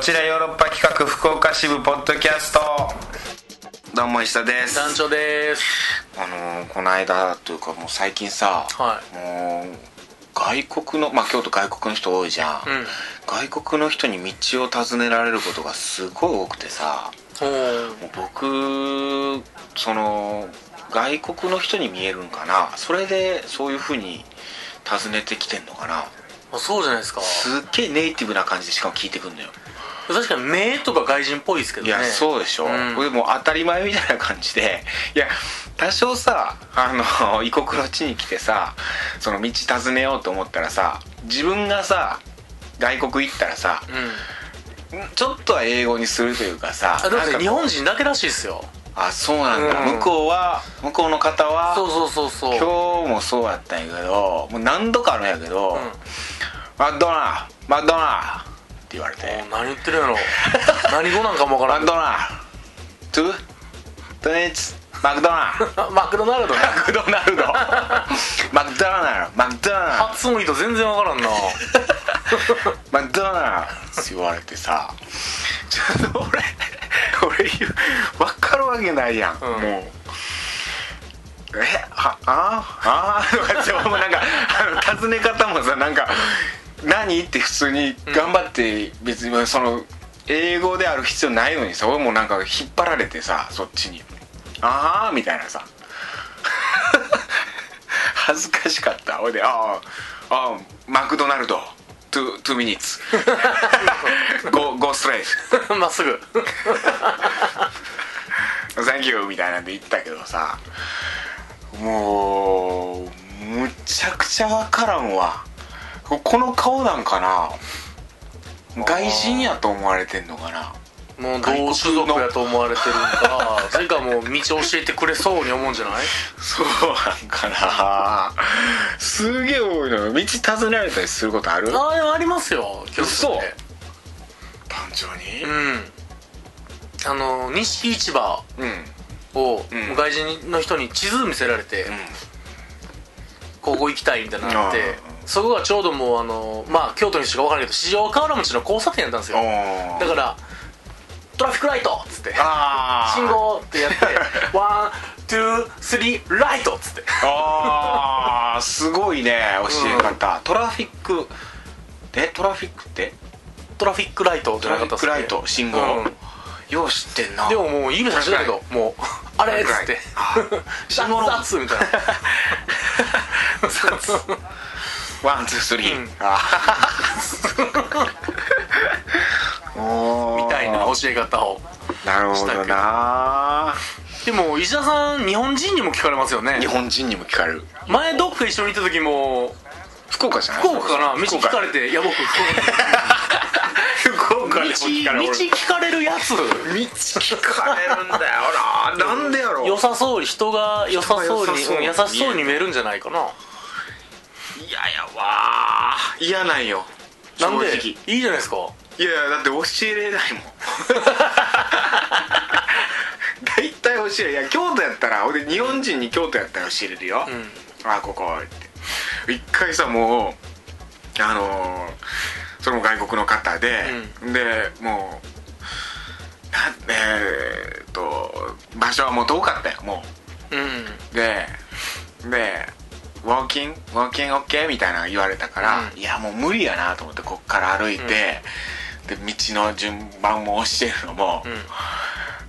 ちらヨーロッパ企画福岡支部ポッドキャストどうも石田です団長ですあのーこの間というかもう最近さ、はもう外国のまあ京都外国の人多いじゃん、うん外国の人に道を尋ねられることがすごい多くてさおーもう僕その外国の人に見えるんかなそれでそういうふうに尋ねてきてんのかなあそうじゃないですかすっげえネイティブな感じでしかも聞いてくんのよ確かに目とか外人っぽいですけどいねや、そうでしょ、うんこれもう当たり前みたいな感じでいや多少さあの 異国の地に来てさその道尋ねようと思ったらさ自分がさ外国行ったらさうんちょっとは英語にするというかさあでもなんねか日本人だけらしいですよあそうなんだ、うん向こうは向こうの方はそうそうそうそう今日もそうやったんやけどもう何度かあるんやけど「うんマッドナーマッドナー」って言われておー何言ってるんやろ何語なんかもわからマクんけどドナルドゥドゥネツマクドナルドマクドナルドねマクドナ ルドマクドナルドマクドナル発音いいと全然わ からんなドマクドナルドって言われてさちょっと俺俺言う分かるわけないやん、うんもうえはあああとかってもうなんかあの尋ね方もさなんか何って普通に頑張って別にその英語である必要ないのにさ俺もなんか引っ張られてさそっちにああみたいなさ恥ずかしかったほいでああああマクドナルド 2, 2 minutes go, go straight まっすぐサンキューみたいなんで言ったけどさもうむちゃくちゃ分からんわここの顔なんかな外人やと思われてんのかなもう同種族やと思われてるんか それかもう道教えてくれそうに思うんじゃないそうなんかなすげえ多いのよ道尋ねられたりすることある団ああでもありますよ京都って長うにんあの錦市場うんうんを、うん外人の人に地図見せられて、ここ行きたいみたいになってうんそこがちょうどもうあのまあ京都にしか分からないけど四条河原町の交差点やったんですよおだから「トラフィックライト!」っつってあー「信号!」ってやって 「ワンツースリーライト!」っつってあーすごいね教え方、トラフィックえトラフィックってトラフィックライトトじゃラなフィかッったクっすライト信号、うんよう知ってんなでももう指差してたけどもう「あれ?」っつってあ 「シャッサッツ!」みたいなワンツースリー、うんあー おー みたいな教え方をなるほどなでも石田さん日本人にも聞かれますよね日本人にも聞かれる前どっか一緒に行った時も福岡じゃない福岡かな道聞かれていや僕福福岡岡道でも聞かれる道聞かれるやつ道聞かれ るんだよななんでやろ良さそうに人が良さそうに人がうん良優さそうにしそうに見えるんじゃないかないやいやわー嫌なんよなんでいい正じゃないですか直いやいやだって教えれないもん 大体教えるいや京都やったら俺日本人に京都やったら教えれるよ、うんあここって一回さもうあのーそれも外国の方で、でもうなんえーっと場所はもう遠かったよもううんでで「ウォーキングウォーキングオッケー」みたいなの言われたから、うんいやもう無理やなと思ってこっから歩いて、で道の順番も教えるのも、うん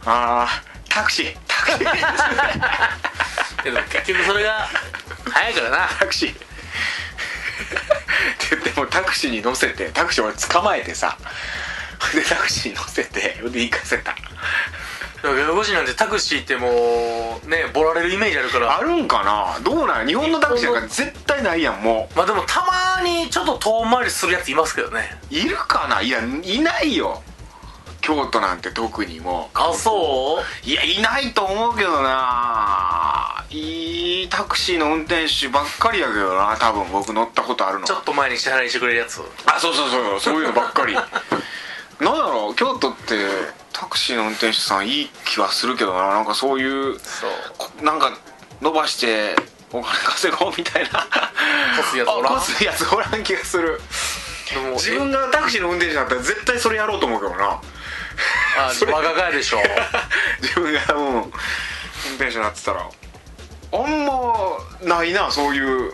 ああタクシータクシ ーけど結局それが早いからなタクシー って言ってもうタクシーに乗せてタクシー俺捕まえてさでタクシーに乗せてで行かせた外国人なんてタクシーってもうねボラれるイメージあるからあるんかなどうなん日本のタクシーなんか絶対ないやんもまあでもたまにちょっと遠回りするやついますけどねういるかないやいないよ京都なんて特にもうあそういやいないと思うけどないいタクシーの運転手ばっかりやけどな多分僕乗ったことあるのちょっと前に支払いしてくれるやつあそうそうそうそういうのばっかり なんだろう京都ってタクシーの運転手さんいい気はするけどななんかそういうそうこなんか伸ばしてお金稼ごうみたいな こすやつおらんあこすやつおらん気がするでも自分がタクシーの運転手だったら絶対それやろうと思うけどなあ我ががやでしょ 自分がうん運転手になってたらあんまないなそういう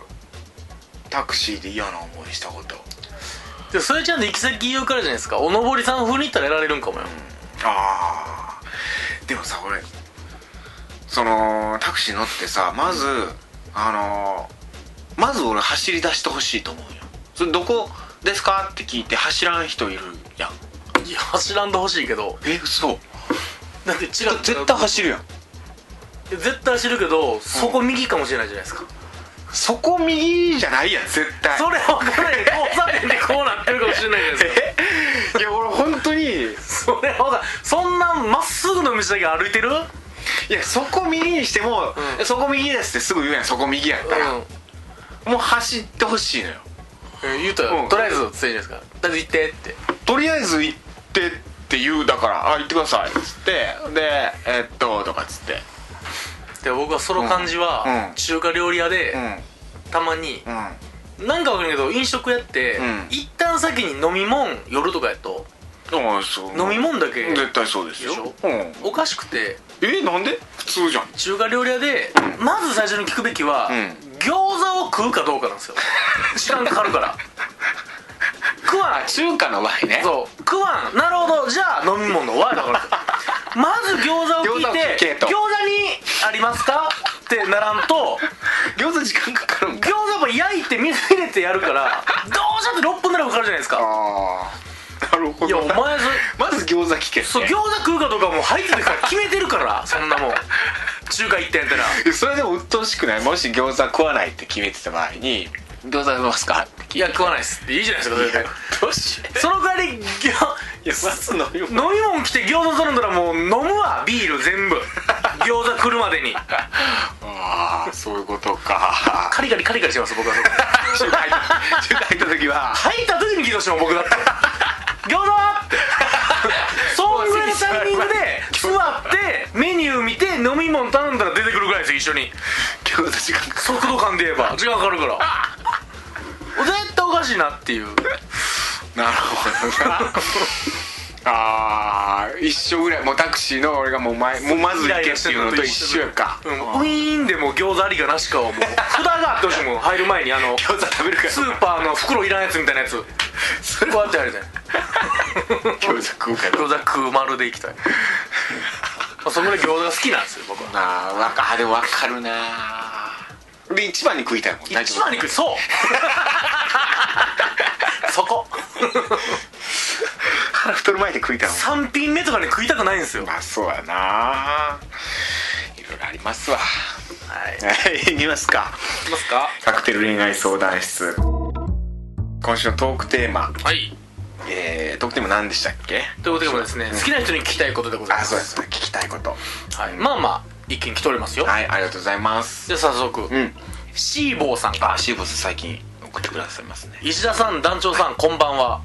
タクシーで嫌な思いしたことでもそれちゃんと行き先言うからじゃないですかおのぼりさん風に行ったらやられるんかもよあーでもさ俺そのタクシー乗ってさまず、あのーまず俺走り出してほしいと思うよそれどこですかって聞いて走らん人いるやんいや走らんでほしいけどえそうだって違う絶対走るやん絶対走るけどそこ右かもしれないじゃないですか、そこ右じゃないやん絶対それは分からない交差点でこうなってるかもしれないじゃないですかえいや俺本当にいそれは分からんそんなまっすぐの道だけ歩いてるうんやそこ右にしても、うんそこ右ですってすぐ言うやんそこ右やったら、もう走ってほしいのよ言うたよとりあえずついいじゃないですかとりあえず行ってってとりあえず行ってって言うだから「あ行ってください」っつってで「えっと」とかっつってで僕はその感じうんうはん中華料理屋でうんたまにうんなんか分からんけど飲食やって、うん一旦先に飲み物夜とかやとあそう飲み物だけ絶対そうですよでしょうん、おかしくてえなんで普通じゃん中華料理屋でまず最初に聞くべきは、うん餃子を食うかどうかなんです よ時間かかるから食わない中華の場合ねそう食わんなるほどじゃあ飲み物はだからまず餃子を聞い餃子を聞けてと餃子にありますかってならんと餃子時間かかるん餃子も焼いて水入れてやるからどうしたって6分ぐらいかかるじゃないですかああなるほいやどお前そまず餃子聞けってそう餃子食うかどうかはもう入ってるから決めてるからそんなもん中華行ったんやったらえそれでも鬱陶しくないもし餃子食わないって決めてた場合に餃子食べますかっていや食わないっすっていいじゃないですかそれでどうしようその代わり餃いやまず飲み飲み物来て餃子頼んだらもう飲むわビール全部餃子来るまでにああそういうこと かカリカリカリカリしてます僕はそこ中華入った中華入った時は入った時に聞いてほしいもん僕だって餃子ってそんぐらいのタイミングで座ってメニュー見て飲み物頼んだら出てくるぐらいですよ一緒に餃子時間かか速度感で言えば時間かかるから絶対おかしいなっていうるなるほどなあー一緒ぐらいもうタクシーの俺がもう前もうまず行けっていうのと一緒やか、うん、ウうんィーンでもう餃子ありかなしかはもう札があってほしいもん入る前にあの餃子食べるからスーパーの袋いらんやつみたいなやつそれこうはやって入るじゃない餃子食うから餃子食う丸でいきたいまあそのぐらい餃子が好きなんですよ僕はなあわかあでも分かるなで一番に食いたいもんな一番に食いそう そこ腹太る前で食いたいもん3品目とかに食いたくないんですよはまあそうやないろいろありますわいいはいい きますかきますかカクテル恋愛相談室今週のトークテーマ、はいえー、トークテーマ何でしたっけということでですね好きな人に聞きたいことでございまあすそうです聞きたいことはい、まあまあ一見来ておりますよ、はいありがとうございますで早速、うんシーボーさんからあシーボス最近送ってくださいますね石田さん団長さんこんばんは、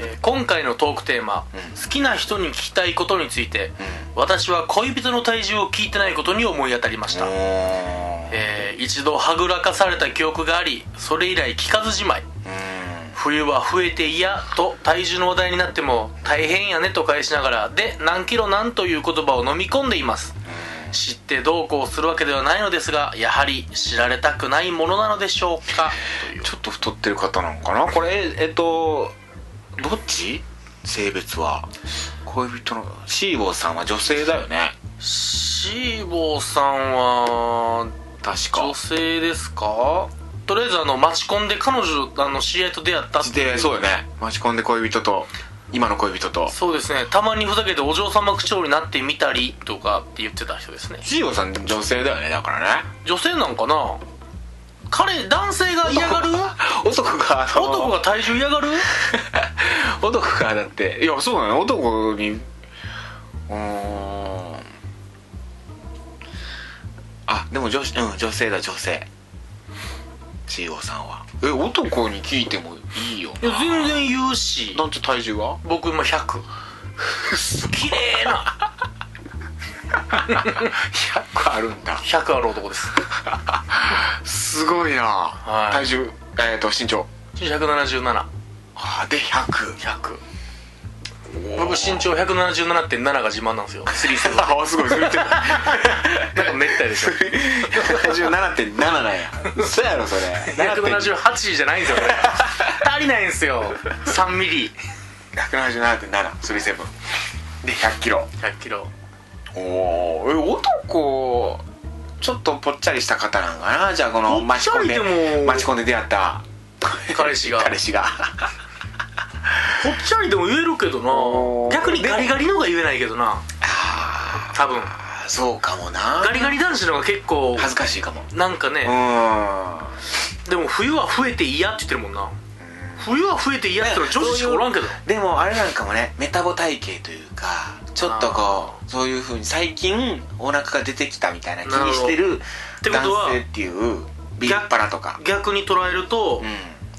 えー今回のトークテーマ、うん好きな人に聞きたいことについて、私は恋人の体重を聞いてないことに思い当たりました、ーえー一度はぐらかされた記憶がありそれ以来聞かずじまいうん冬は増えて嫌と体重の話題になっても大変やねと返しながらで何キロなんという言葉を飲み込んでいます知ってどうこうするわけではないのですがやはり知られたくないものなのでしょうかというちょっと太ってる方なのかなこれええっとどっち性別は恋人のシーボーさんは女性だよねシーボーさんは確か女性ですかとりあえずあの待ち込んで彼女あの知り合いと出会ったっていでそうよね待ち込んで恋人と今の恋人とそうですねたまにふざけてお嬢様口調になってみたりとかって言ってた人ですねシーボーさん女性だよねだからね女性なんかな彼男性が嫌 がる男があの男が体重嫌がる 男がだっていやそうなの男にうーんあでも女子うん女性だ女性千代さんはえ男に聞いてもいいよいや全然言うしなんて体重は僕今100綺麗な 100あるんだ100ある男 ですすごいな、い体重えっ、と身長177あで100 100僕身長177.7が自慢なんですよスリーセブ ンあすごいそれ言 ってたなんかめったいで しょ177.7なんや嘘やろ それ178じゃないんですよこれ足りないんですよ3ミリ177.7スリーセブンで100キロ100キロおおえ男ちょっとぽっちゃりした方なんかなじゃあこのぽっちゃりでも待ち込んで出会った彼氏が彼氏がぽっちゃりでも言えるけどおーな逆にガリガリの方が言えないけどなあ多分あそうかもなガリガリ男子の方が結構恥ずかしいかもなんかうねんでも冬は増えて嫌って言ってるもんな冬は増えて嫌って言ったら女子しかおらんけどでもあれなんかもねメタボ体型というかちょっとこうそういうふうに最近お腹が出てきたみたいな気にしてるなるほどってことは男性っていうビッパラとか逆に捉えるとうん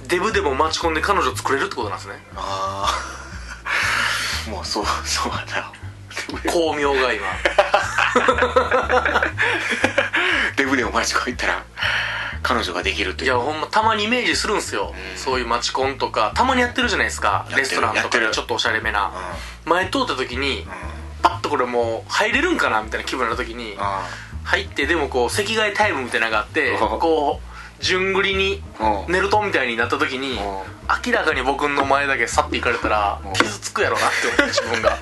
デブでも待ち込んで彼女作れるってことなんですねああ もうそうそうだな巧妙が今デブでお前ちこいったら彼女ができるといいうやほんまたまにイメージするんすようんそういう街コンとかたまにやってるじゃないですかやってるレストランやとってかでるちょっとおしゃれめなうん前通った時うにんパッとこれもう入れるんかなみたいな気分になった時にあ入ってでもこう赤外タイムみたいなのがあっておこう順繰りにあネルトンみたいになった時にお明らかに僕の前だけ去っていかれたらお傷つくやろなって思う自 分が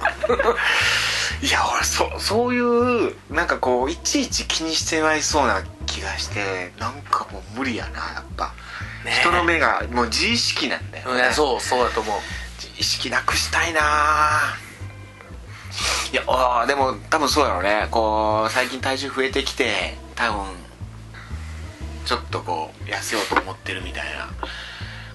いや俺そそういうなんかこういちいち気にしてないそうな気がしてなんかもう無理やなやっぱ、ね人の目がもう自意識なんだよ、いね、やそうそうだと思う自意識なくしたいなあいやあーでも多分そうやろうねこう最近体重増えてきて多分ちょっとこう痩せようと思ってるみたいな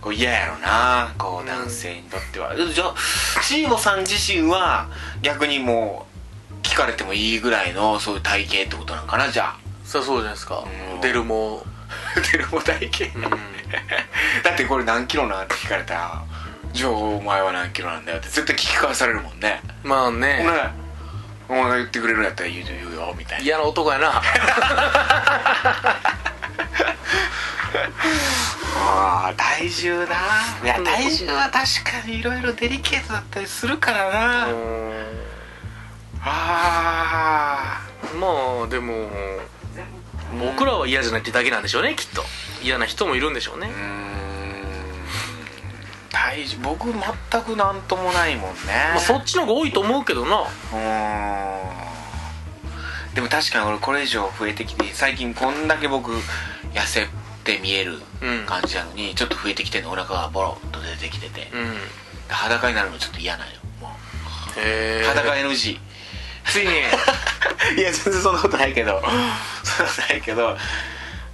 こう嫌やろなこううん男性にとっては、じゃあ慎吾さん自身は逆にもう聞かれてもいいぐらいのそういう体型ってことなんかなじゃあそりゃそうじゃないですかうん出るも デルモ体型うんだってこれ何キロなんって聞かれたら「じゃあお前は何キロなんだよ」って絶対聞き返されるもんねまあ「おね前お前が言ってくれるんやったら言う言うよ」みたいな嫌な男 やなああ体重ないや体重は確かにいろいろデリケートだったりするからな、うあんあまあでも僕らは嫌じゃないってだけなんでしょうねきっと嫌な人もいるんでしょうねうーん体重僕全く何ともないもんね、まあそっちの方が多いと思うけどなうーんでも確かに俺これ以上増えてきて最近こんだけ僕痩せて見えるうん感じなのに、ちょっと増えてきてんのお腹がボロッと出てきてて、うん裸になるのちょっと嫌なんよもへうえ裸 NG つ いにいや全然そんなことないけどそんなことないけど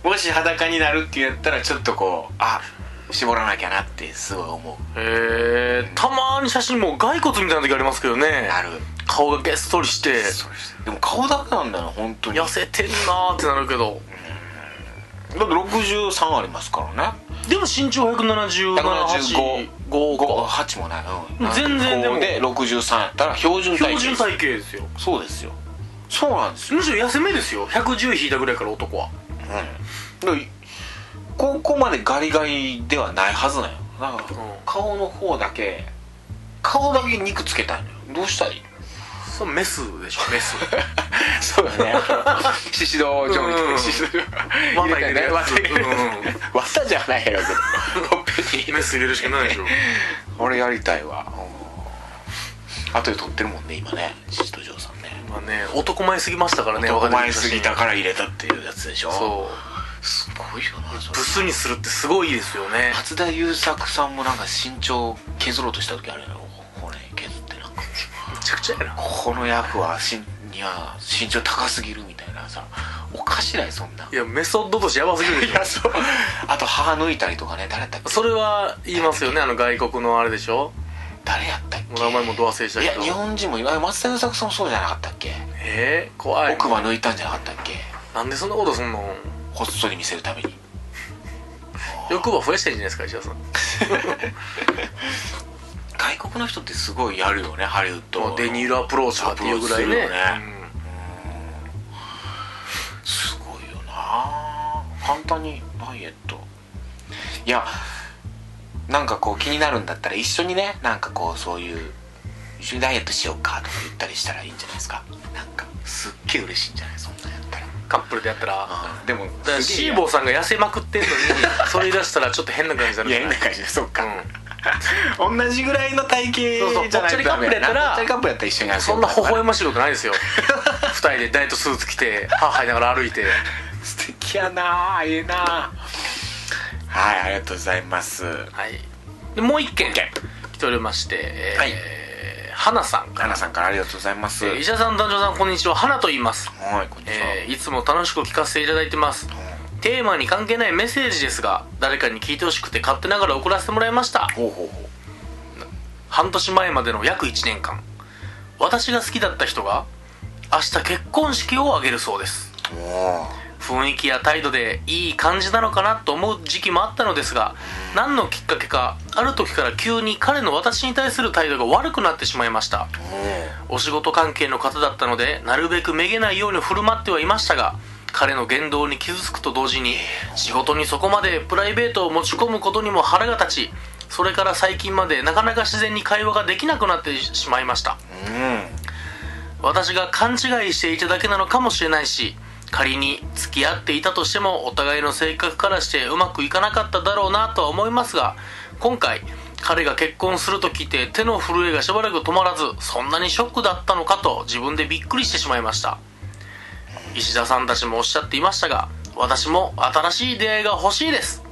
もし裸になるってやったらちょっとこうあ絞らなきゃなってすごい思へえたまに写真も骸骨みたいな時ありますけどうねなる顔がげっそりしてでも顔だけなんだよな本当にだ痩ってせてんなーってなるけど63ありますからねでも身長175 8もない、うん全然でもで63やったら標準体標型準体型ですよそうですよそうなんですよ、むしろ痩せめですよ110引いたぐらいから男はうん、でここまでガリガリではないはずなんよだからうん顔の方だけ顔だけ肉つけたいのよどうしたらいいそうメスでしょメス そうよ ねシシド状みたいなシシドわた 入れるやつわたじゃないやろけどほっぺにメス入れるしかないでしょ俺やりたいわあとで撮ってるもんね今ねシシド嬢さんねまあね男前すぎましたからね男若手前のす写真ぎたから入れたっていうやつでしょそうすごいよなそれブスにするってすごいですよね松田優作さんもなんか身長削ろうとした時あるやろ骨削ってなんかめちゃくちゃやなこのヤフはしには身長高すぎるみたいなさおかしないそんないいやメソッドとしてヤバすぎるでしょそうあと歯抜いたりとかね誰だったっけそれは言いますよねあの外国のあれでしょ誰やったっもう名前もど忘れしたけいけやど日本人もいない松田優作さんもそうじゃなかったっけえー、怖い奥歯抜いたんじゃなかったっけなんでそんなことすんのほっそり見せるために欲は増やしてんじゃないですか石田さん外国の人ってすごいやるよねハリウッドもうデニールアプローチとかっていうぐらアいねプローチするよねすごいよな簡単にダイエットいやなんかこう気になるんだったら一緒にねなんかこうそういう一緒にダイエットしようかとか言ったりしたらいいんじゃないですかなんかすっげえ嬉しいんじゃないそんなんやったらカップルでやったらでもだからシーボーさんが痩せまくってんのにそれ言い出したらちょっと変な感じになるいかやら変な感じでそっか、うん同じぐらいの体型じゃないとダメやなそうそうぽっちゃりカップルやったらぽっちゃりカップルやったら一緒に遊そんな微笑ましいことないですよ二人でダイエットスーツ着て歯生えながら歩いて素敵やなあええなあはいありがとうございますはいでもう一件一件来ておりまして、えーはい花さんか花ら、さんからありがとうございます、えー、石田さん団長さんこんにちは花と言います、はいこんにちは、えーいつも楽しく聞かせていただいてますテーマに関係ないメッセージですが誰かに聞いてほしくて勝手ながら送らせてもらいましたほうほうほう半年前までの約1年間私が好きだった人が明日結婚式を挙げるそうですおー雰囲気や態度でいい感じなのかなと思う時期もあったのですが何のきっかけかある時から急に彼の私に対する態度が悪くなってしまいましたおーお仕事関係の方だったのでなるべくめげないように振る舞ってはいましたが彼の言動に傷つくと同時に仕事にそこまでプライベートを持ち込むことにも腹が立ちそれから最近までなかなか自然に会話ができなくなってしまいましたうん私が勘違いしていただけなのかもしれないし仮に付き合っていたとしてもお互いの性格からしてうまくいかなかっただろうなとは思いますが今回彼が結婚すると聞いて手の震えがしばらく止まらずそんなにショックだったのかと自分でびっくりしてしまいました石田さんたちもおっしゃっていましたが私も新しい出会いが欲しいです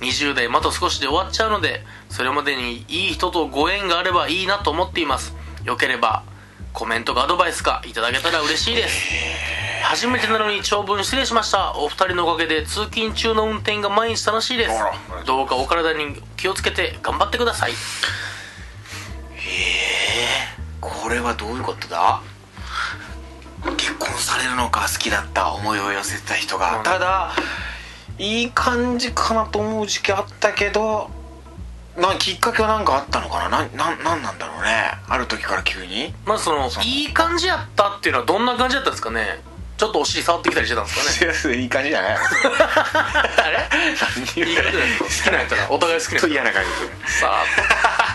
20代また少しで終わっちゃうのでそれまでにいい人とご縁があればいいなと思っていますよければコメントかアドバイスかいただけたら嬉しいです初めてなのに長文失礼しましたお二人のおかげで通勤中の運転が毎日楽しいですあらどうかお体に気をつけて頑張ってくださいこれはどういうことだ結婚されるのか好きだった思いを寄せた人が、うんただいい感じかなと思う時期あったけどなんきっかけは何かあったのかななんなんなんなんだろうねある時から急にまずそのそういい感じやったっていうのはどんな感じだったんですかねちょっとお尻触ってきたりしてたんで すかねいい感じじゃないあれいい感じじゃないですか好きなんやったらお互い好きなんやったら嫌な感さ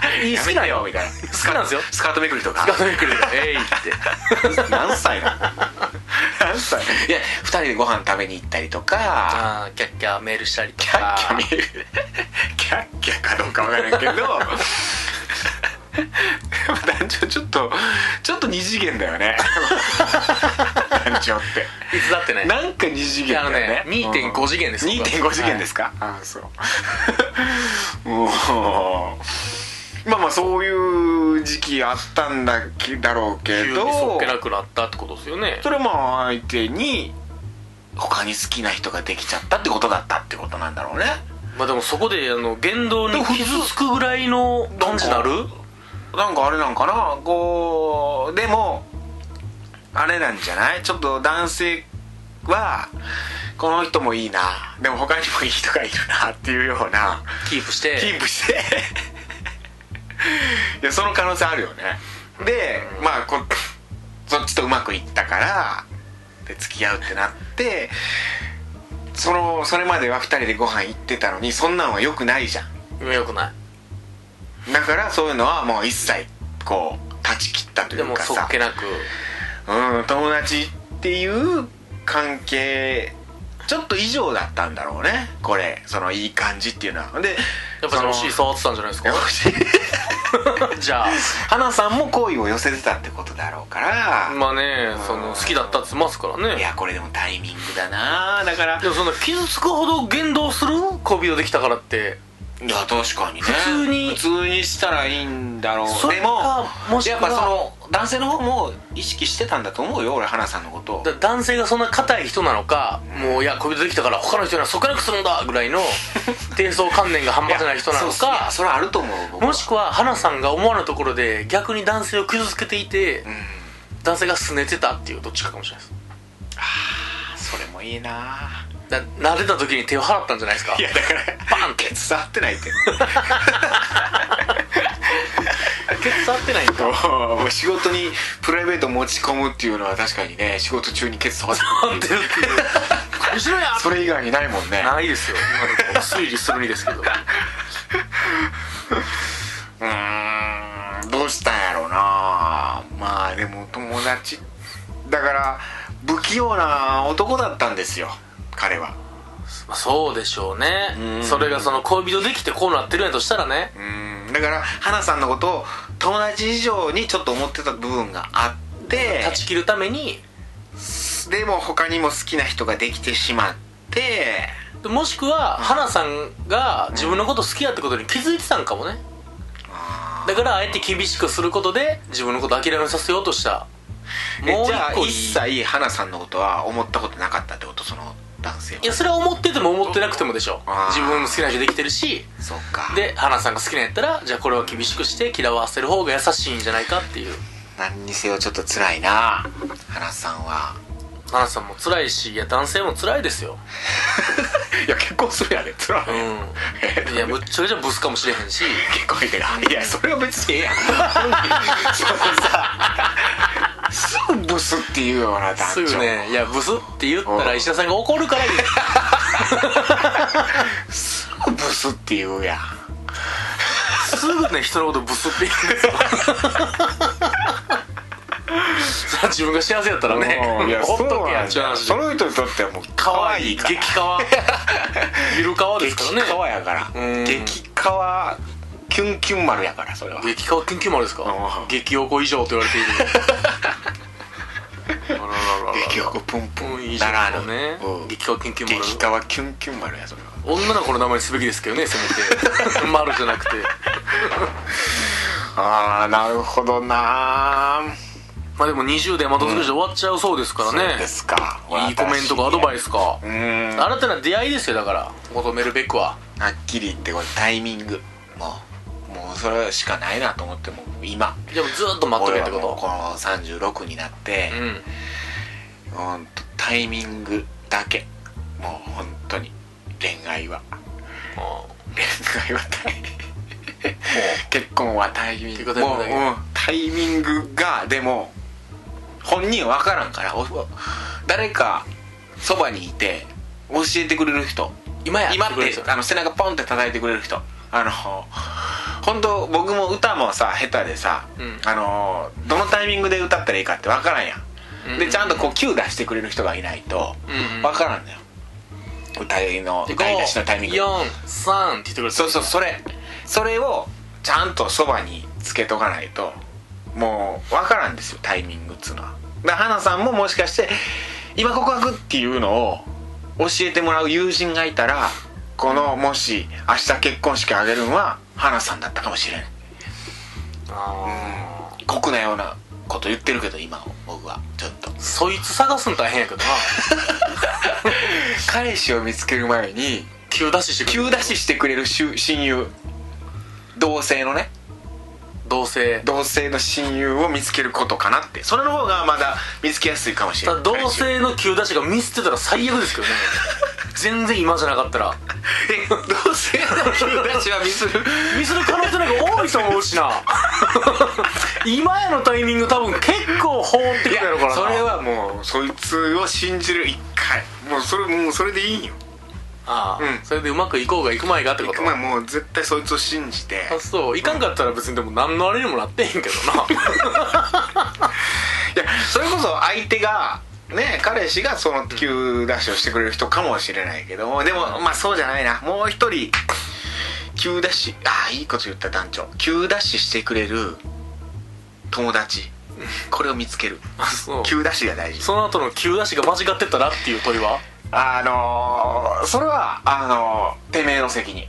あいいじ好きなんよみたいな好きなんですよスカートめくりとかガトリクルえい って何歳なの何歳いや2人でご飯食べに行ったりとかあーキャッキャメールしたりとキャッかキャ見るキャッキャかどうかわからんけどでも団長ちょっとちょっと二次元だよね団長っていつだってねなんか二次元あのだねよね2.5次元ですうん2.5次元ですか、ああそうもうまあまあそういう時期あったんだけだろうけ急にどそっけなくなったってことですよねそれも相手に他に好きな人ができちゃったってことだったってことなんだろうねまあでもそこであの言動に傷つくぐらいの感じになるなんかあれなんかなこうでもあれなんじゃないちょっと男性はこの人もいいなでも他にもいい人がいるなっていうようなキープしキてープしていやその可能性あるよねでまあこそっちとうまくいったからで付き合うってなってそのそれまでは2人でご飯行ってたのにそんなんは良くないじゃんよくなだからそういうのはもう一切こう断ち切ったといいでうもかそさっけなくうん友達っていう関係ちょっと以上だったんだろうねこれそのいい感じっていうのはでやっぱりお尻触ってたんじゃないですか じゃ花さんも好意を寄せてたってことだろうから、あまあねその好きだったって言ってますからねいやこれでもタイミングだなだからでもその傷つくほど言動する恋人できたからっていや確かにね普通に普通にしたらいいんだろうそれでもかもしくやはっぱその男性の方も意識してたんだと思うよ俺花さんのことをだから男性がそんな硬い人なのかもういや恋人できたから他の人にはそっけなくするんだ ぐらいの低層観念が半端じゃない人なのいやそういやかそれはあると思う僕はもしくは花さんが思わぬところで逆に男性を傷つけていてうん男性が拗ねてたっていうどっちかかもしれないですそれもいいなだ慣れた時に手を払ったんじゃないですかいやだからバンってケツ触ってないって血触 ってないんだもう仕事にプライベート持ち込むっていうのは確かにね仕事中にケツ触ってなんでっていう後ろやそれ以外にないもんねないですよ今のところ推理するにですけどうーんどうしたんやろうなまあでも友達だから不器用な男だったんですよ彼はまあそうでしょうねうんそれがその恋人できてこうなってるんやとしたらねうんだから花さんのことを友達以上にちょっと思ってた部分があって断ち切るためにでも他にも好きな人ができてしまってでもしくは花さんが自分のこと好きやってことに気づいてたんかもねだからあえて厳しくすることで自分のこと諦めさせようとしたえもうじゃあ一個いい一切花さんのことは思ったことなかったってことその男性はいやそれは思ってても思ってなくてもでしょあー自分の好きな人できてるしそうかで花さんが好きなんやったらじゃあこれは厳しくして嫌わせる方が優しいんじゃないかっていう何にせよちょっと辛いな花さんは花さんも辛いしいや男性も辛いですよいや結婚するやで辛い、 う結んいやむっちゃくちゃブスかもしれへんし婚相手がいや それは別にええやんそのさすぐブスって言うようなす男ぐ女ねいやブスって言ったら石田さんが怒るからいいすぐブスって言うやんすぐね人のことブスって言うんですよそれは自分が幸せやったらうんいねや ほそっとうけやなっんちゅうだよ話その人にとってはもうか可わ愛いいいから激かわゆるかわですからね激カワやからうん激カワキュンキュン丸やからそれは激化研究もあるんですかうん激おこ以上と言われているあらららら激横プンプうんいいンじゃなないらでぬすかねうん激化研究も激あるカワキュンキュン丸やそれは女の子の名前にすべきですけどねせ めて丸じゃなくてああなるほどなまあでも20代また少しで終わっちゃうそうですからそうねですかいいコメントかアドバイスかうーんは新たな出会いですよだから求めるべくはっきり言ってこれタイミングもうもうそれしかないなと思ってもう今じゃあもうずーっと待っとけってこ俺はもうとこの36になってうんうんとタイミングだけもう本当に恋愛はも恋愛はタイミング結婚はタイミン結グ婚はもタうイミングうんタだけイミングがでも本人は分からんからお誰かそばにいて教えてくれる人う今や今っってくれるてあの背中ポンって叩いてくれる人あの本当僕も歌もさ下手でさ、うんあのどのタイミングで歌ったらいいかって分からんやん、うんでちゃんとこう Q 出してくれる人がいないとうんうん分からんのよ、歌いの歌い出しのタイミング43って言ってくれるそうそうそれそれをちゃんとそばにつけとかないともう分からんですよタイミングっつうのはだから花さんももしかして今告白っていうのを教えてもらう友人がいたらこのもし明日結婚式あげるんは花さんだったかもしれんあ酷なようなこと言ってるけど今僕はちょっとーそいつ探すの大変やけどな彼氏を見つける前に急出ししてくれる急出ししてくれる親親友同性のね同性同性の親友を見つけることかなってそれの方がまだ見つけやすいかもしれたなだい同性の急出しがミスってたら最悪ですけ どね全然今じゃなかったらえ同性の急出しはミスるミスる可能性なんか多いと思うしな 今やのタイミング多分結構放ってくいるややろからなそれはもうそいつを信じる一回もうそれもうそれでいいんよああ、うんそれでうまくいこうがいくまいがって行ことく前もう絶対そいつを信じてあそういかんかったら別にでも何のあれにもなってへんけどないやそれこそ相手がね彼氏がその急出しをしてくれる人かもしれないけどもでもまあそうじゃないなもう一人急出しああいいこと言った団長急出ししてくれる友達これを見つけるあ そう急出しが大事その後の急出しが間違ってたらっていう問いはあのー、それはあのー、てめえの責任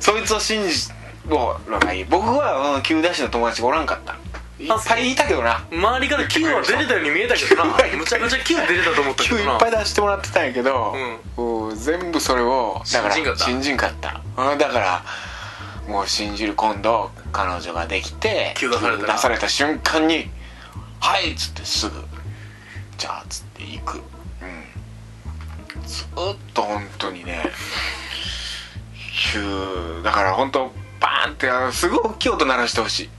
そいつを信じもうのがいい僕は、うん、急出しの友達がおらんかったいっぱいいたけどな周りから急は出てたように見えたけ どな急はいっぱいむちゃくちゃ急出てたと思ったけ球どいなっぱい出してもらってたんやけど、うん全部それをだから信じんかった信じんかったうんだからもう信じる今度彼女ができて急出されたら急れた瞬間に「はい!」っつってすぐ「じゃあ」っつって行くうんずーっと本当にねヒューだから本当バーンってあのすごい大きい音鳴らしてほしい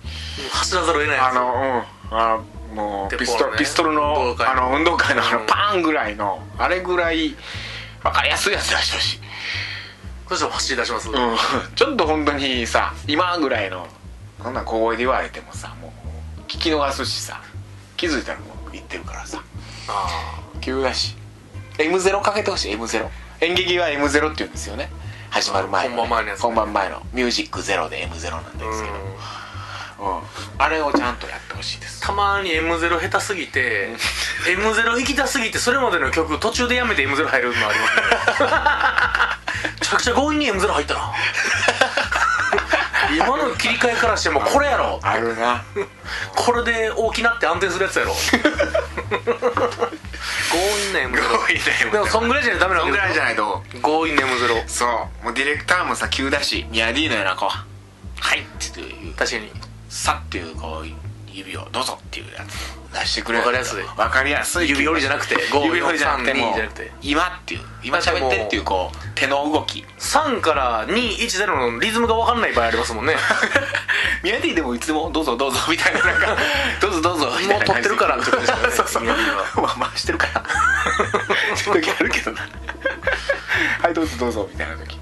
走らざるを得ないやあつのうんあのもう鉄ピ砲スのト,、ねピストル運動の会あの運動会のあうんのパーンぐらいのあれぐらい分かりやすいやつ出してほしいどうしても走り出します、うん、 ちょっと本当にさ今ぐらいのそんな小声で言われてもさもう聞き逃すしさ気づいたらもう言ってるからさあ急だし M0 かけてほしい M0 演劇は M0 って言うんですよね始まる前の、本番前のやつ本番前のミュージックゼロで M0 なんあですけど、うんあれをちゃんとやってほしいですたまに M0 下手すぎて M0 行きたすぎてそれまでの曲途中でやめて M0 入るのありますねめちゃくちゃ強引に M0 入ったな今の切り替えからしてもうこれやろある な強これで大きなって安定するやつやろ強引な M0 引だよでもそんぐらいじゃダメなそんぐらいじゃないと強引な M0 そうもうディレクターもさ急だしニャディーのような子は「はい」って言う確かにさっていうこう指をどうぞっていうやつを出してくれわかりやすいわかりやすい指折りじゃなくて5指折りじゃなくて4 3 2もうじゃなくて今っていう今喋ってっていうこう手の動き3から210のリズムが分かんない場合ありますも んねミヤディでもいつもどうぞどうぞみたいななんかどうぞどうぞみたいな感じもう撮ってるからってことですよねそうそうミヤディまあ回してるからちょっとやるけどなはいどうぞどうぞみたいな時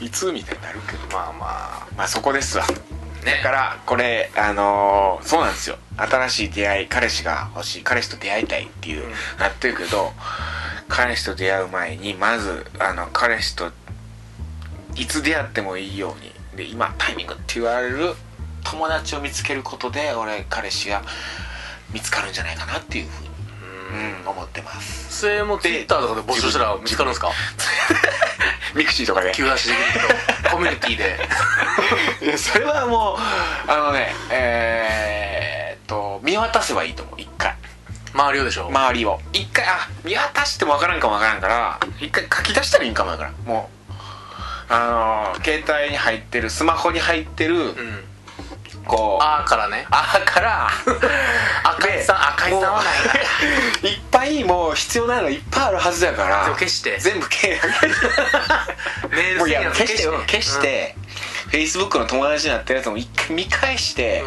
いつみたいになるけどまあままあそこですわあねだからこれあのーそうなんですよ新しい出会い彼氏が欲しい彼氏と出会いたいっていう、うんなってるけど彼氏と出会う前にまずあの彼氏といつ出会ってもいいようにで今タイミングって言われる友達を見つけることで俺彼氏が見つかるんじゃないかなっていうふうに、うん、思ってますそれも Twitter とかで募集したら見つかるんですかミクシーとかで急出しできるけどコミュニティでいやそれはもうあのねえー、っと見渡せばいいと思う一回周りをでしょ、周りを一回あ見渡してもわからんかもわからんから一回書き出したらいいんかもわからんもうあのー携帯に入ってるスマホに入ってる、うんこうあーからねあから 赤井さん赤井さんはないかいっぱいもう必要なのいっぱいあるはずやから全部消して全部消 メールもうすいるややつ消して消して、Facebook の友達になったやつも一回見返して、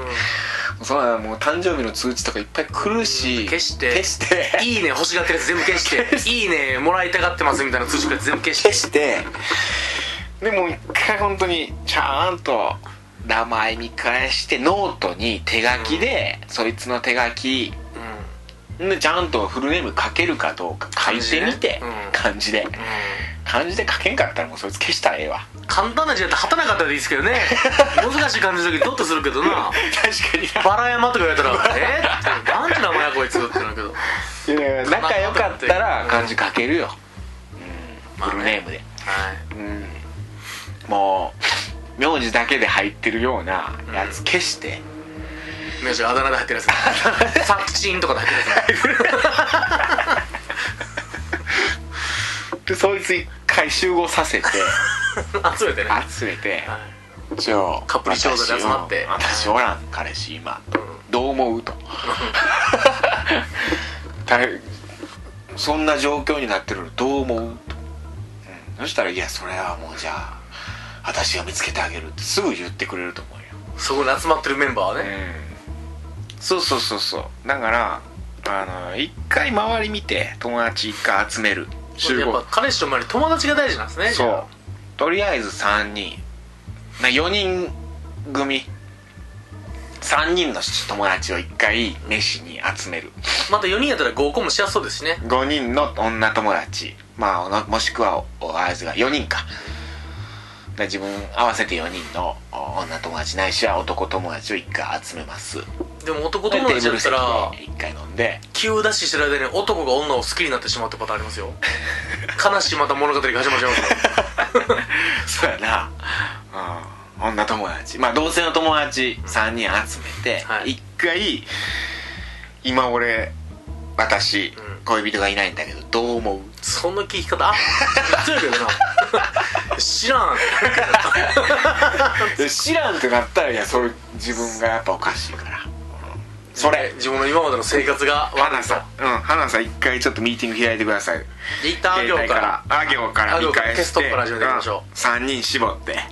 そんなのもう誕生日の通知とかいっぱい来るし、うん消して消してうんいいね欲しがってるやつ全部 消していいねもらいたがってますみたいな通知から全部消して消してでもう一回本当にちゃんと名前見返してノートに手書きで、そいつの手書きうんうんでちゃんとフルネーム書けるかどうか書いてみて漢字,、で漢字で書けんかったらもうそいつ消したらええわ簡単な字だってはたなかったらいいですけ どね難しい感じの時ドッとするけどな確かバラ山とか言われたら「えっ?」なんて名前やこいつ」ってなるけどにないや仲良かったら漢字書けるよ、うんまあねフルネームで、はいうん、もう名字だけで入ってるようなやつ消して、名字があだ名で入ってるやつサッチンとかで入ってるやでそいつ一回集合させてつね集めてね、はい集めて一応カップル少女で集まって私おらん彼氏今どう思う と大そんな状況になってるのどう思うと、うん、そしたら「いやそれはもうじゃあ私が見つけてあげる」ってすぐ言ってくれると思うよそこに集まってるメンバーはね、そうそうそうそうだからあの一回周り見て友達一回集める集やっ合ぱ彼氏と周り友達が大事なんですねそうとりあえず3人な4人組3人の友達を1回飯に集めるまた4人やったら合コンもしやすそうですしね5人の女友達まあおのもしくはおあいつが4人かで自分合わせて4人のお女友達ないしは男友達を1回集めますでも男で友達だったら1回飲んで急ダッシュしてる間に男が女を好きになってしまうってパターンありますよ 悲しいまた物語が始まっちゃいますよ そうやな、うん、女友達まあ同性の友達3人集めて、はい一回今俺私、うん恋人がいないんだけどどう思うその聞き方あ強いけどな 知らん知らんってなったらいやそれ自分がやっぱおかしいから、うんそれ自分の今までの生活が悪い花とさんうん花さん一回ちょっとミーティング開いてくださいで一旦あ行からあ行からあ行見から返してテストから始めていきましょう3人絞ってだか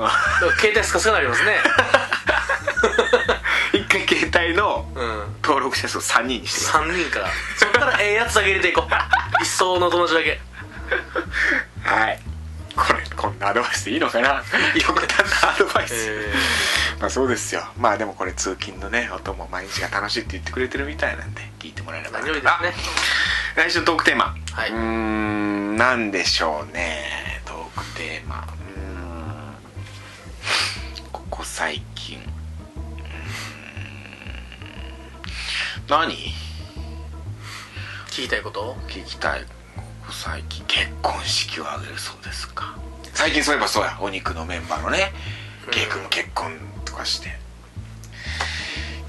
ら携帯スカスカになりますね 一回携帯のうん登録者数を3人にしてください3人からそっからええやつだけ入れていこう一層の友達だけはいこれこんなアドバイスでいいのかな極端なアドバイス、えまあそうですよまあでもこれ通勤のね音も毎日が楽しいって言ってくれてるみたいなんで聞いてもらえれー、ば大な丈夫ですあね来週のトークテーマ、はいうーん何でしょうねトークテーマうーんここ最近うーん何聞きたいこと聞きたいここ最近結婚式を挙げるそうですか最近そういえばそうやお肉のメンバーのねうんケイ君も結婚とかして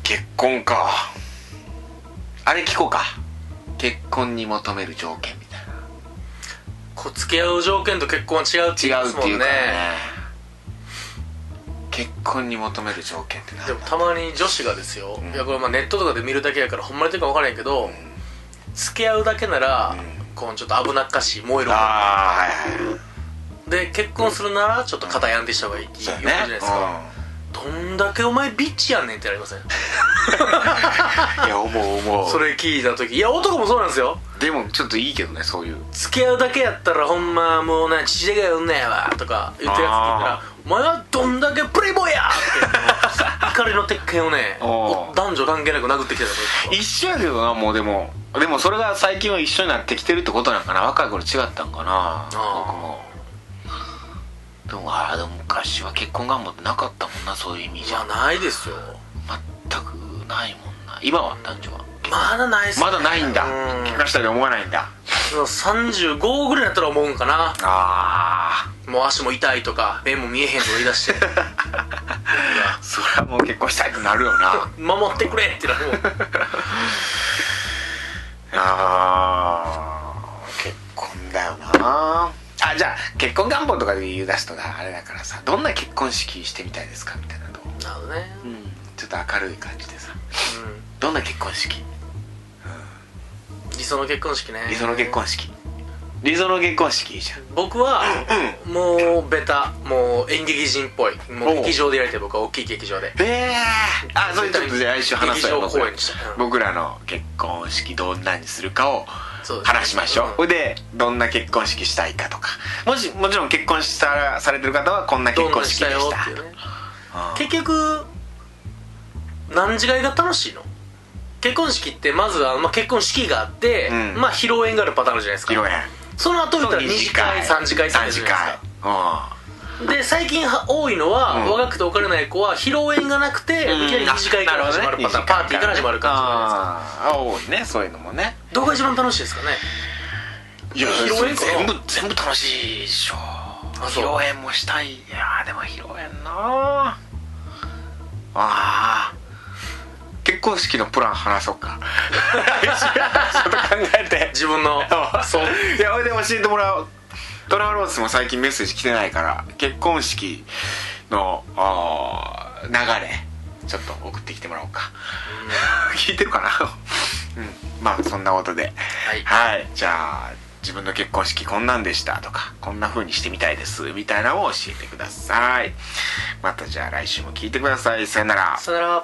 結婚かあれ聞こうか結婚に求める条件みたいなこう付き合う条件と結婚は違うって言いま違うっすてもんいうねかね結婚に求める条件って何でもたまに女子がですよ、うんいやこれまあネットとかで見るだけやからほんまにというか分からへんけど、付き合うだけなら、うこうちょっと危なっかしい燃えるもんああはいはいで結婚するならちょっと肩やんでした方がいいってそ言ううやじねゃないですか、どんだけお前ビッチやんねんってなりませんうんいや思う思うそれ聞いた時いや男もそうなんですよでもちょっといいけどねそういう付き合うだけやったらほんまもうな父が呼んねやわとか言ってるやつ聞いたらあ「お前はどんだけプレイボーイや!」って怒りの鉄拳をね おー男女関係なく殴ってきてたこい一緒やけどなもうでもでもそれが最近は一緒になってきてるってことなんかな若い頃違ったんかな僕もでもああでも昔は結婚願望ってなかったもんなそういう意味つじじゃゃないですよ全くないもんな今は男女はまだないっすねまだないんだうん喧嘩したり思わないんだ35ぐらいになったら思うんかなあもう足も痛いとか目も見えへんとか言い 出してあそれはもう結婚したいってなるよな守ってくれってなるもんあー結婚だよなあじゃあ結婚願望とかで言い出すとなあれだからさどんな結婚式してみたいですかみたいなとなるほどねうんちょっと明るい感じでさうどんな結婚式ん理想の結婚式ね理想の結婚式理想の結婚式いいじゃん僕はもうベタもう演劇人っぽいおもうう劇場でやりたい僕は大きい劇場でええあそれちょっとじゃあ来週話そうよ劇場公演にしたうん僕らの結婚式どんなにするかをそうですね話しましょううんそれでどんな結婚式したいかとかもしもちろん結婚したされてる方はこんなど結んな婚にし式でたよしたっていうねうん結局何時がいが楽しいの結婚式ってまずは、まあ、結婚式があって、うんまあ披露宴があるパターンあるじゃないです披露か宴その後言ったら2次会3次会ってあ3るじ次ゃないです会かうで最近は多いのは、うん若くてお金ない子は披露宴がなくて、んいきなり2次会から始まるパターン、パーティーから始まる感じじゃないですかああ多いねそういうのもねどこが一番楽しいですかねいや披露宴それ全部全部楽しいでしょ披そう露宴もしたいいやーでも披露宴なああー結婚式のプラン話そうか ちょっと考えて自分のそういやほいで教えてもらおうトラロースも最近メッセージ来てないから結婚式のあー流れちょっと送ってきてもらおうか 聞いてるかなうんまあそんなことではいはい、じゃあ自分の結婚式こんなんでしたとかこんな風にしてみたいですみたいなのを教えてくださいまたじゃあ来週も聞いてくださいさよならさよなら